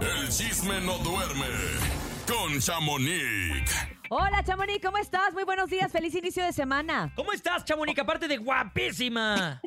El chisme no duerme con Chamonix. Hola, Chamonix, ¿cómo estás? Muy buenos días, feliz inicio de semana. ¿Cómo estás, Chamonica? Aparte de guapísima.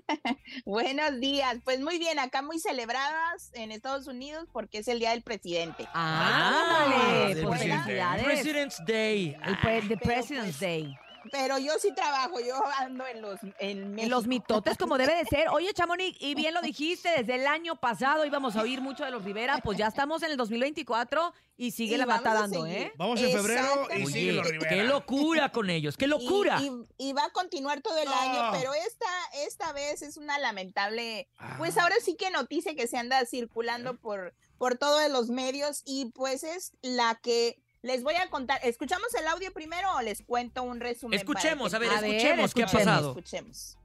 Buenos días. Pues muy bien, acá muy celebradas en Estados Unidos porque es el Día del Presidente. Ah, ¡Ándale! del pues presidente. felicidades. President's Day. El pre- the pero, President's pues, Day. Pero pues, yo sí trabajo, yo ando en los en Y Los México. mitotes como debe de ser. Oye, Chamonix, y bien lo dijiste, desde el año pasado íbamos a oír mucho de los Rivera, pues ya estamos en el 2024 y sigue Y la mata vamos a dando, seguir. ¿eh? Vamos en febrero y Exactamente. sigue Oye, los Rivera. qué locura con ellos, qué Y- locura. Y, y va a continuar todo el No. año, pero esta, esta vez es una lamentable, Ah. pues ahora sí que noticia que se anda circulando por, por todos los medios y pues es la que les voy a contar. ¿Escuchamos el audio primero o les cuento un resumen? para escuchemos, que- a ver, A ver, escuchemos qué ha escuchemos. pasado. Escuchemos.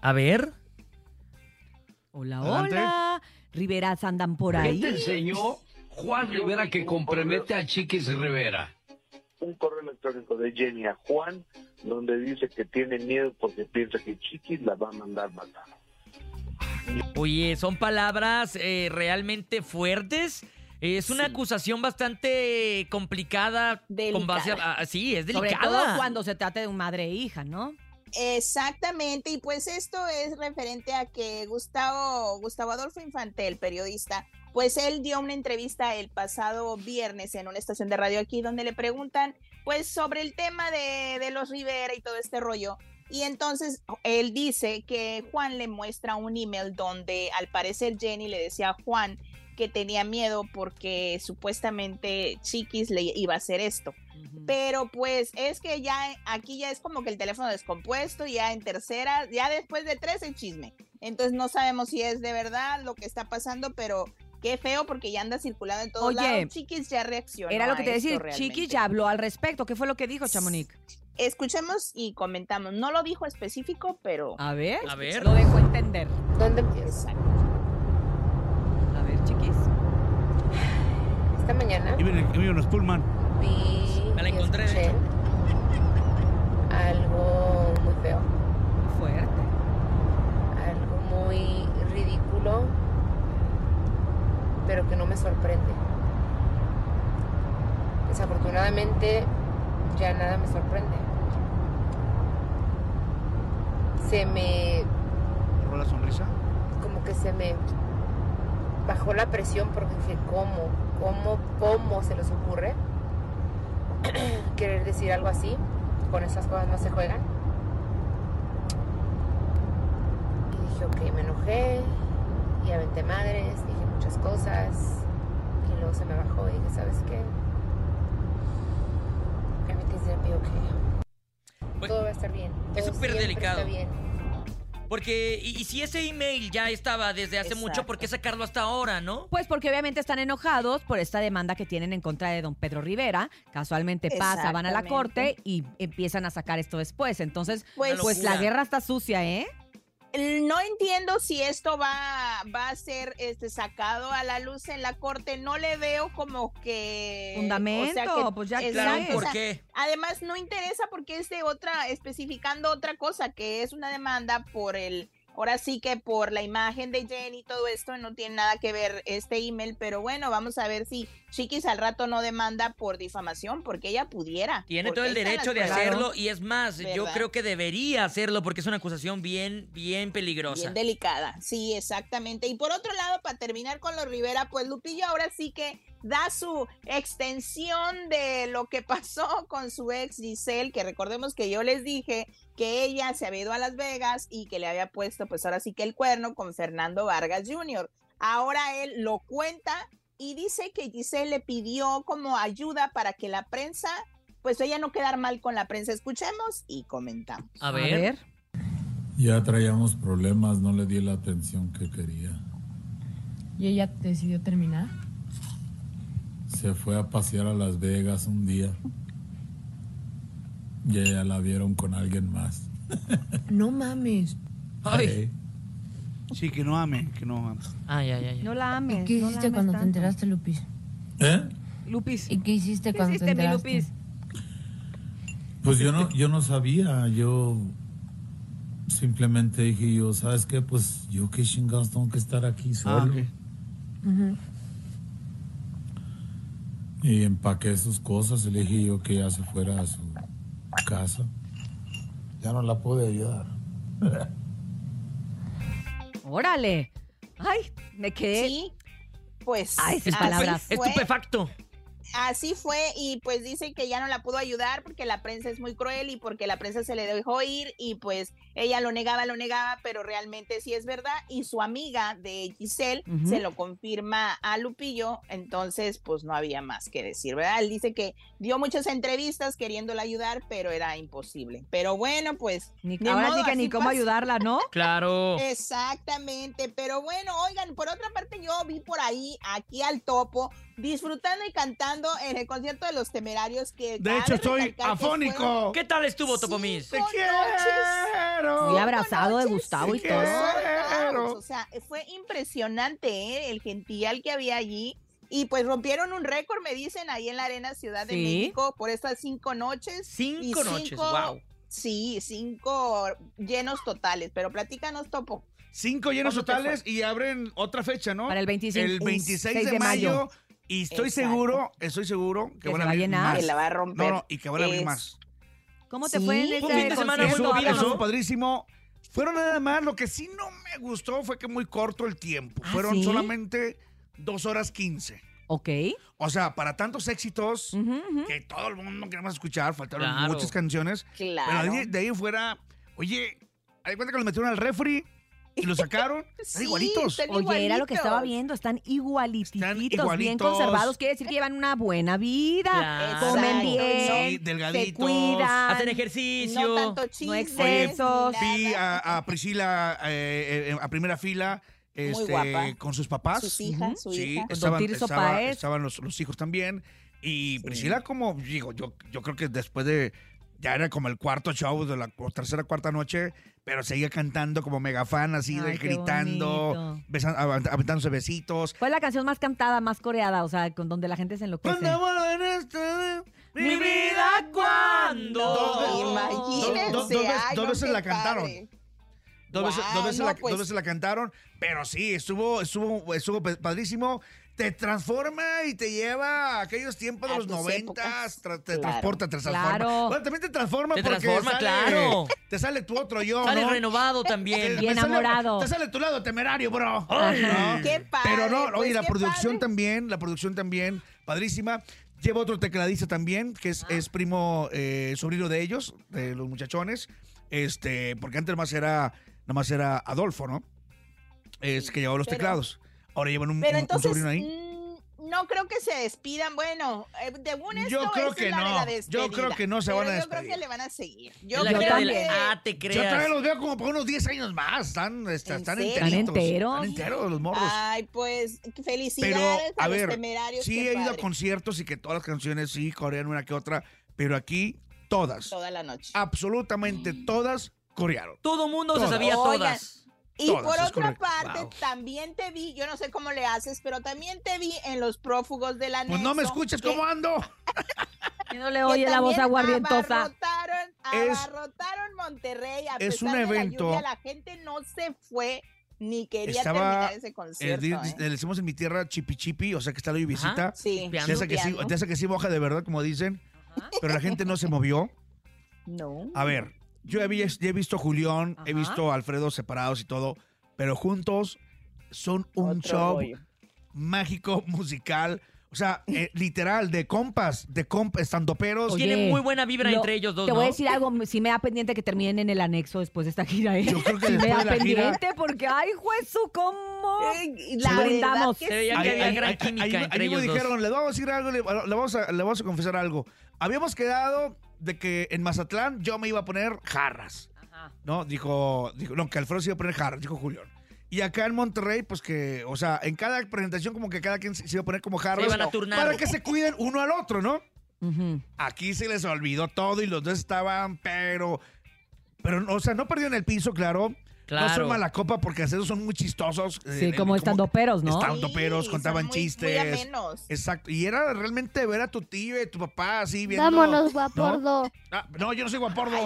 A ver. Hola, Adelante. hola. Riveras andan por ¿Qué te ahí. enseñó Juan Rivera que compromete a Chiquis Rivera? un correo electrónico de Jenny a Juan, donde dice que tiene miedo porque piensa que Chiquis la va a mandar matar. Oye, son palabras eh, realmente fuertes. Es una acusación bastante complicada con base a, a- sí, es Sobre delicada. todo cuando se trata de un madre e hija, ¿no? Exactamente, y pues esto es referente a que Gustavo, Gustavo Adolfo Infante, el periodista, pues él dio una entrevista el pasado viernes en una estación de radio aquí donde le preguntan pues sobre el tema de, de los Rivera y todo este rollo. Y entonces él dice que Juan le muestra un email donde al parecer Jenny le decía a Juan que tenía miedo porque supuestamente Chiquis le iba a hacer esto. Pero pues es que ya aquí ya es como que el teléfono descompuesto, ya en tercera, ya después de tres el chisme. Entonces no sabemos si es de verdad lo que está pasando, pero qué feo porque ya anda circulando en todos Oye, lados. Chiquis ya reaccionó. Era lo a que te esto decía, realmente. Chiqui ya habló al respecto. ¿Qué fue lo que dijo Chamonix? Escuchemos y comentamos. No lo dijo específico, pero. A ver, A ver. lo dejó entender. ¿Dónde Exacto. A ver, chiquis. Esta mañana Iban en- iban en los Pullman. vi Me la y encontré, de escuché hecho. algo muy feo, Fuerte. algo muy ridículo, pero que no me sorprende. Desafortunadamente ya nada me sorprende. Se me Borró la sonrisa. como que se me bajó la presión porque dije, ¿cómo? ¿Cómo? ¿Cómo se les ocurre querer decir algo así? Con esas cosas no se juegan. Y dije, ok, me enojé y aventé madres, dije muchas cosas y luego se me bajó y dije, ¿sabes qué? Everything's gonna be okay. Pues, Todo va a estar bien. es todo súper siempre delicado. Está bien. Porque, y, y si ese email ya estaba desde hace mucho, Exacto. ¿por qué sacarlo hasta ahora, no? Pues porque obviamente están enojados por esta demanda que tienen en contra de don Pedro Rivera. Casualmente pasa, van a la Exactamente. corte y empiezan a sacar esto después. Entonces, Pues, pues la guerra está sucia, ¿eh? no entiendo si esto va, va a ser este, sacado a la luz en la corte. No le veo como que. o sea, Fundamento, que- pues ya Claro, Exacto. ¿por o sea, qué? Además, no interesa porque es de otra, especificando otra cosa, que es una demanda por el, ahora sí que por la imagen de Jenny y todo esto, no tiene nada que ver este email, pero bueno, vamos a ver si Chiquis al rato no demanda por difamación, porque ella pudiera. Tiene porque todo el ahí están derecho las de pruebas. hacerlo y es más, yo ¿Verdad? creo que debería hacerlo porque es una acusación bien, bien peligrosa. Bien delicada, sí, exactamente. Y por otro lado, para terminar con los Rivera, pues Lupillo ahora sí que da su extensión de lo que pasó con su ex Giselle, que recordemos que yo les dije que ella se había ido a Las Vegas y que le había puesto, pues ahora sí que el cuerno con Fernando Vargas Jr. Ahora él lo cuenta y dice que Giselle le pidió como ayuda para que la prensa, pues ella no quedar mal con la prensa. Escuchemos y comentamos. A ver. Ya traíamos problemas, no le di la atención que quería. Y ella decidió terminar. Se fue a pasear a Las Vegas un día y ella la vieron con alguien más. No mames. Ay. Ey, Sí, que no ame, que no ame. Ay, ay, ay. No la ames. ¿Qué no la hiciste ames cuando te tanto. enteraste, Lupis? ¿Eh? Lupis. ¿Y qué hiciste ¿Qué cuando te hiciste, mi enteraste? Lupis? Pues yo no, yo no sabía, yo Simplemente dije yo, ¿sabes qué? Pues yo qué chingados tengo que estar aquí solo. Ah, Y empaqué sus cosas y le dije yo que ya se fuera a su casa. Ya no la pude ayudar. Órale. Ay, me quedé. Sí, pues. Ay, sus así palabras. fue. Estupefacto. Así fue y pues dice que ya no la pudo ayudar porque la prensa es muy cruel y porque la prensa se le dejó ir y pues ella lo negaba, lo negaba, pero realmente sí es verdad y su amiga de Giselle Ujú. se lo confirma a Lupillo, entonces pues no había más que decir, ¿verdad? Él dice que dio muchas entrevistas queriéndola ayudar, pero era imposible. Pero bueno, pues Ni- Ni ahora modo, sí que ni así cómo pasa. ayudarla, ¿no? Claro. Eh, Exactamente, pero bueno, oigan, por otra parte yo vi por ahí, aquí al topo, disfrutando y cantando en el concierto de los temerarios que... De cabe hecho, soy recalcar que fueron afónico. ¿Qué tal estuvo, Topomis? ¡Te cinco quiero! Muy abrazado de noches. Gustavo y Sí, todo. claro. sold outs, O sea, fue impresionante ¿eh? el gentil que había allí. Y pues rompieron un récord, me dicen, ahí en la Arena Ciudad de Sí. México por estas cinco noches. y Cinco noches, cinco- wow. Sí, cinco llenos totales. Pero platícanos, Topo. Cinco llenos ¿Cómo te totales y abren otra fecha, ¿no? Para el 25. El 26 6 de, de mayo. mayo. Y estoy Exacto. seguro, estoy seguro que, Que van se va a a abrir llenar. más. Que la va a No, romper. no, y que van a abrir Es- más. ¿Cómo te Sí. fue en ese Un fin de semana concierto? Eso, bueno, eso, Háblanos. padrísimo. Fueron nada más, lo que sí no me gustó fue que muy corto el tiempo. ¿Ah, Fueron sí? solamente dos horas quince. Ok. O sea, para tantos éxitos Ujú, ujú. que todo el mundo queremos escuchar, faltaron Claro. muchas canciones. Claro. Pero de ahí, de ahí en fuera, oye, hay cuenta que los metieron al refri y los sacaron. Sí, Están igualitos. están Oye, era lo que estaba igualitos. viendo. Están igualititos, Están bien igualitos. conservados. Quiere decir que llevan una buena vida. Claro. Comen Exacto. Sí, bien, se delgaditos. cuidan. Hacen ejercicio. No tanto chisme. excesos. Vi a, a Priscila eh, eh, a primera fila este, guapa. con sus papás. Sus hijas, su Sí, hija. estaban, Tirso estaba- Páez. estaban los, los hijos también. Y Priscila, como digo, yo, yo creo que después de. Ya era como el cuarto show de la o tercera, cuarta noche, pero seguía cantando como mega fan, así, de Ay, qué gritando, bonito. besan- avent- aventándose besitos. ¿Cuál es la canción más cantada, más coreada? O sea, con donde la gente se enloquece. Cuando este vuelvan esta- Mi vida cuando. Dos veces- Imagínense. dos- dos- dos veces- ay, dos no, veces qué la cantaron. padre. Dos veces, Guau, dos veces no, la, pues- dos veces la cantaron, pero sí, estuvo, estuvo, estuvo pe- padrísimo. Te transforma y te lleva a aquellos tiempos A de los tus noventas, tra- te Claro. transporta, te transforma. Claro. Bueno, también te transforma Te porque transforma, sale- claro. te sale tu otro yo, Sale ¿no? renovado Te- también. Y te sale- enamorado. Te sale tu lado temerario, bro. Ay, qué padre, Pero no, pues, oye, la qué producción padre. también, la producción también, padrísima. Lleva otro tecladista también, que Ah. es, es primo, eh, sobrino de ellos, de los muchachones. Este, porque antes nomás era, nomás era Adolfo, ¿no? Es que llevaba los pero- teclados. Ahora llevan un, Pero un- un entonces, sobrino ahí. mm, no creo que se despidan. Bueno, eh, de un esto Yo creo esa que es la de no. la Yo despedida. creo que no se van a Pero Yo creo despedir. que le van a seguir. Es Yo la creo gira de la- que- Ah, te Yo todavía creas. los veo como por unos 10 años más. Están, est- ¿En están serio? enteritos. ¿Están enteros? Están enteros los morros. Ay, pues Pero, felicidades a, a los ver, temerarios. sí qué he ido a padre. conciertos y que todas las canciones sí corean una que otra, pero aquí todas, toda la noche. absolutamente todas corearon. Todo mundo Todas. se sabía Oigan, todas. y todas, por es otra correcto. parte, Wow. también te vi, yo no sé cómo le haces, pero también te vi en los prófugos de la Pues no me escuches cómo ando. Que no le oye la voz aguardientosa. Abarrotaron, Es- abarrotaron Monterrey. A es pesar un de la evento. lluvia, la gente no se fue ni quería Estaba terminar ese Eh, concierto. di- ¿eh? Le decimos en mi tierra chipi chipi, o sea que está la lluviecita. Sí. Vean, De esa, que sí, Lloviando. de esa que sí moja de verdad, como dicen. Ajá. Pero la gente no se movió. No. A ver, yo he, vi- ya he visto a Julián, he Ajá. visto a Alfredo separados y todo, pero juntos son un Otro show rollo. mágico, musical. O sea, eh, literal, de compas, de compas, estandoperos. Oye, Tienen Pues muy buena vibra Lo- entre ellos dos, Te ¿no? voy a decir algo, sí me da pendiente que terminen en el anexo después de esta gira, ¿eh? Yo creo que Sí me después da de la gira- pendiente porque, ay, juez, ¿cómo? Eh, la verdad brindamos. que Se veía Ahí- que había ahí- gran ahí- química ahí- entre ahí me ellos dos. dijeron, le vamos a decir algo, le, le vamos a, le vamos a confesar algo. Habíamos quedado de que en Mazatlán yo me iba a poner jarras, Ajá. ¿no? Dijo, dijo no, que Alfredo se iba a poner jarras, dijo Julián. Y acá en Monterrey, pues que, o sea, en cada presentación como que cada quien se se iba a poner como jarras. iban a turnar. Para que se cuiden uno al otro, ¿no? Ujú. Aquí se les olvidó todo y los dos estaban, pero. Pero, o sea, no perdieron el piso, claro. No Claro. son mala copa porque esos son muy chistosos. eh, Sí, como estandoperos, ¿no? Estandoperos, Sí, contaban son muy- muy chistes. amenos. Exacto. Y era realmente ver a tu tío y a tu papá así viendo. Vámonos, ¿no? guapordo. Ah, no, yo no soy guapordo.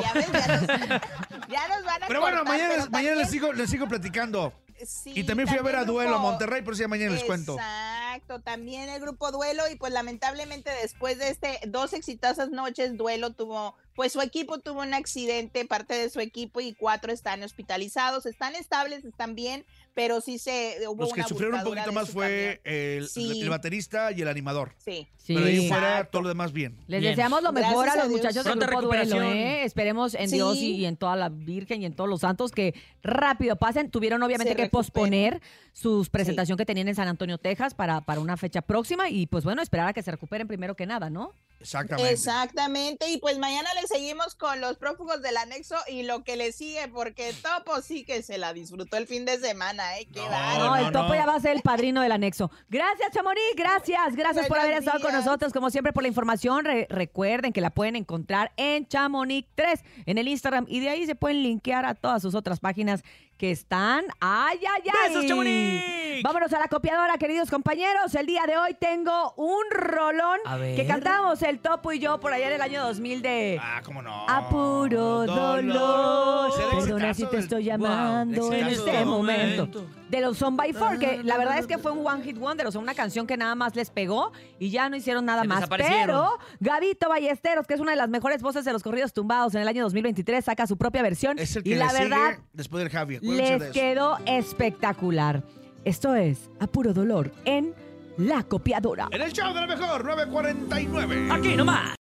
Ya nos van a Pero bueno, cortar, mañana, pero mañana les, también- sigo, les sigo platicando. Sí, y también fui a ver a también Duelo a grupo- Monterrey, pero sí, mañana les cuento. Exacto, también el grupo Duelo y pues lamentablemente después de este dos exitosas noches Duelo tuvo, pues su equipo tuvo un accidente, parte de su equipo y cuatro están hospitalizados, están estables, están bien, pero sí se hubo Los que una sufrieron un volcadura poquito de más su fue el, Sí. el baterista y el animador. Sí. Sí. Pero ahí fuera Exacto. todo lo demás bien. Les Bien. deseamos lo mejor Gracias a a los Dios. muchachos del Pronta grupo Duelo, recuperación. ¿eh? Esperemos en Sí. Dios y, y en toda la Virgen y en todos los santos que rápido pasen. Tuvieron obviamente Se que recuperen. posponer su presentación que tenían en San Antonio, Texas, para, para una fecha próxima y pues bueno, esperar a que se recuperen primero que nada, ¿no? Exactamente. Exactamente, y pues mañana le seguimos con los prófugos del anexo y lo que le sigue, porque Topo sí que se la disfrutó el fin de semana, ¿eh? Qué No, bárbaro. No, no, el topo no. ya va a ser el padrino del anexo. Gracias, Chamonix, gracias, gracias por Buenos haber estado con días. nosotros, como siempre, por la información. Re- recuerden que la pueden encontrar en Chamonix 3, en el Instagram, y de ahí se pueden linkear a todas sus otras páginas que están. ¡Ay, ay, ay! ¡Besos, Chamonix! Vámonos a la copiadora, queridos compañeros. El día de hoy tengo un rolón A ver. que cantamos el topo y yo por allá en el año 2000 de... Ah, cómo no. Apuro dolor. Ese era el Perdona exitazo si te del- estoy llamando Wow, en exitazo este del momento. momento. De los Son by Four, que la verdad es que fue un one hit wonder, o sea, una canción que nada más les pegó y ya no hicieron nada Se más. desaparecieron. Pero Gabito Ballesteros, que es una de las mejores voces de los corridos tumbados en el año 2023, saca su propia versión Es el que y la le sigue verdad después del Javi. acuérdense de les eso. quedó espectacular. Esto es Apuro dolor en La Copiadora. En el show de la mejor, 949. Aquí nomás.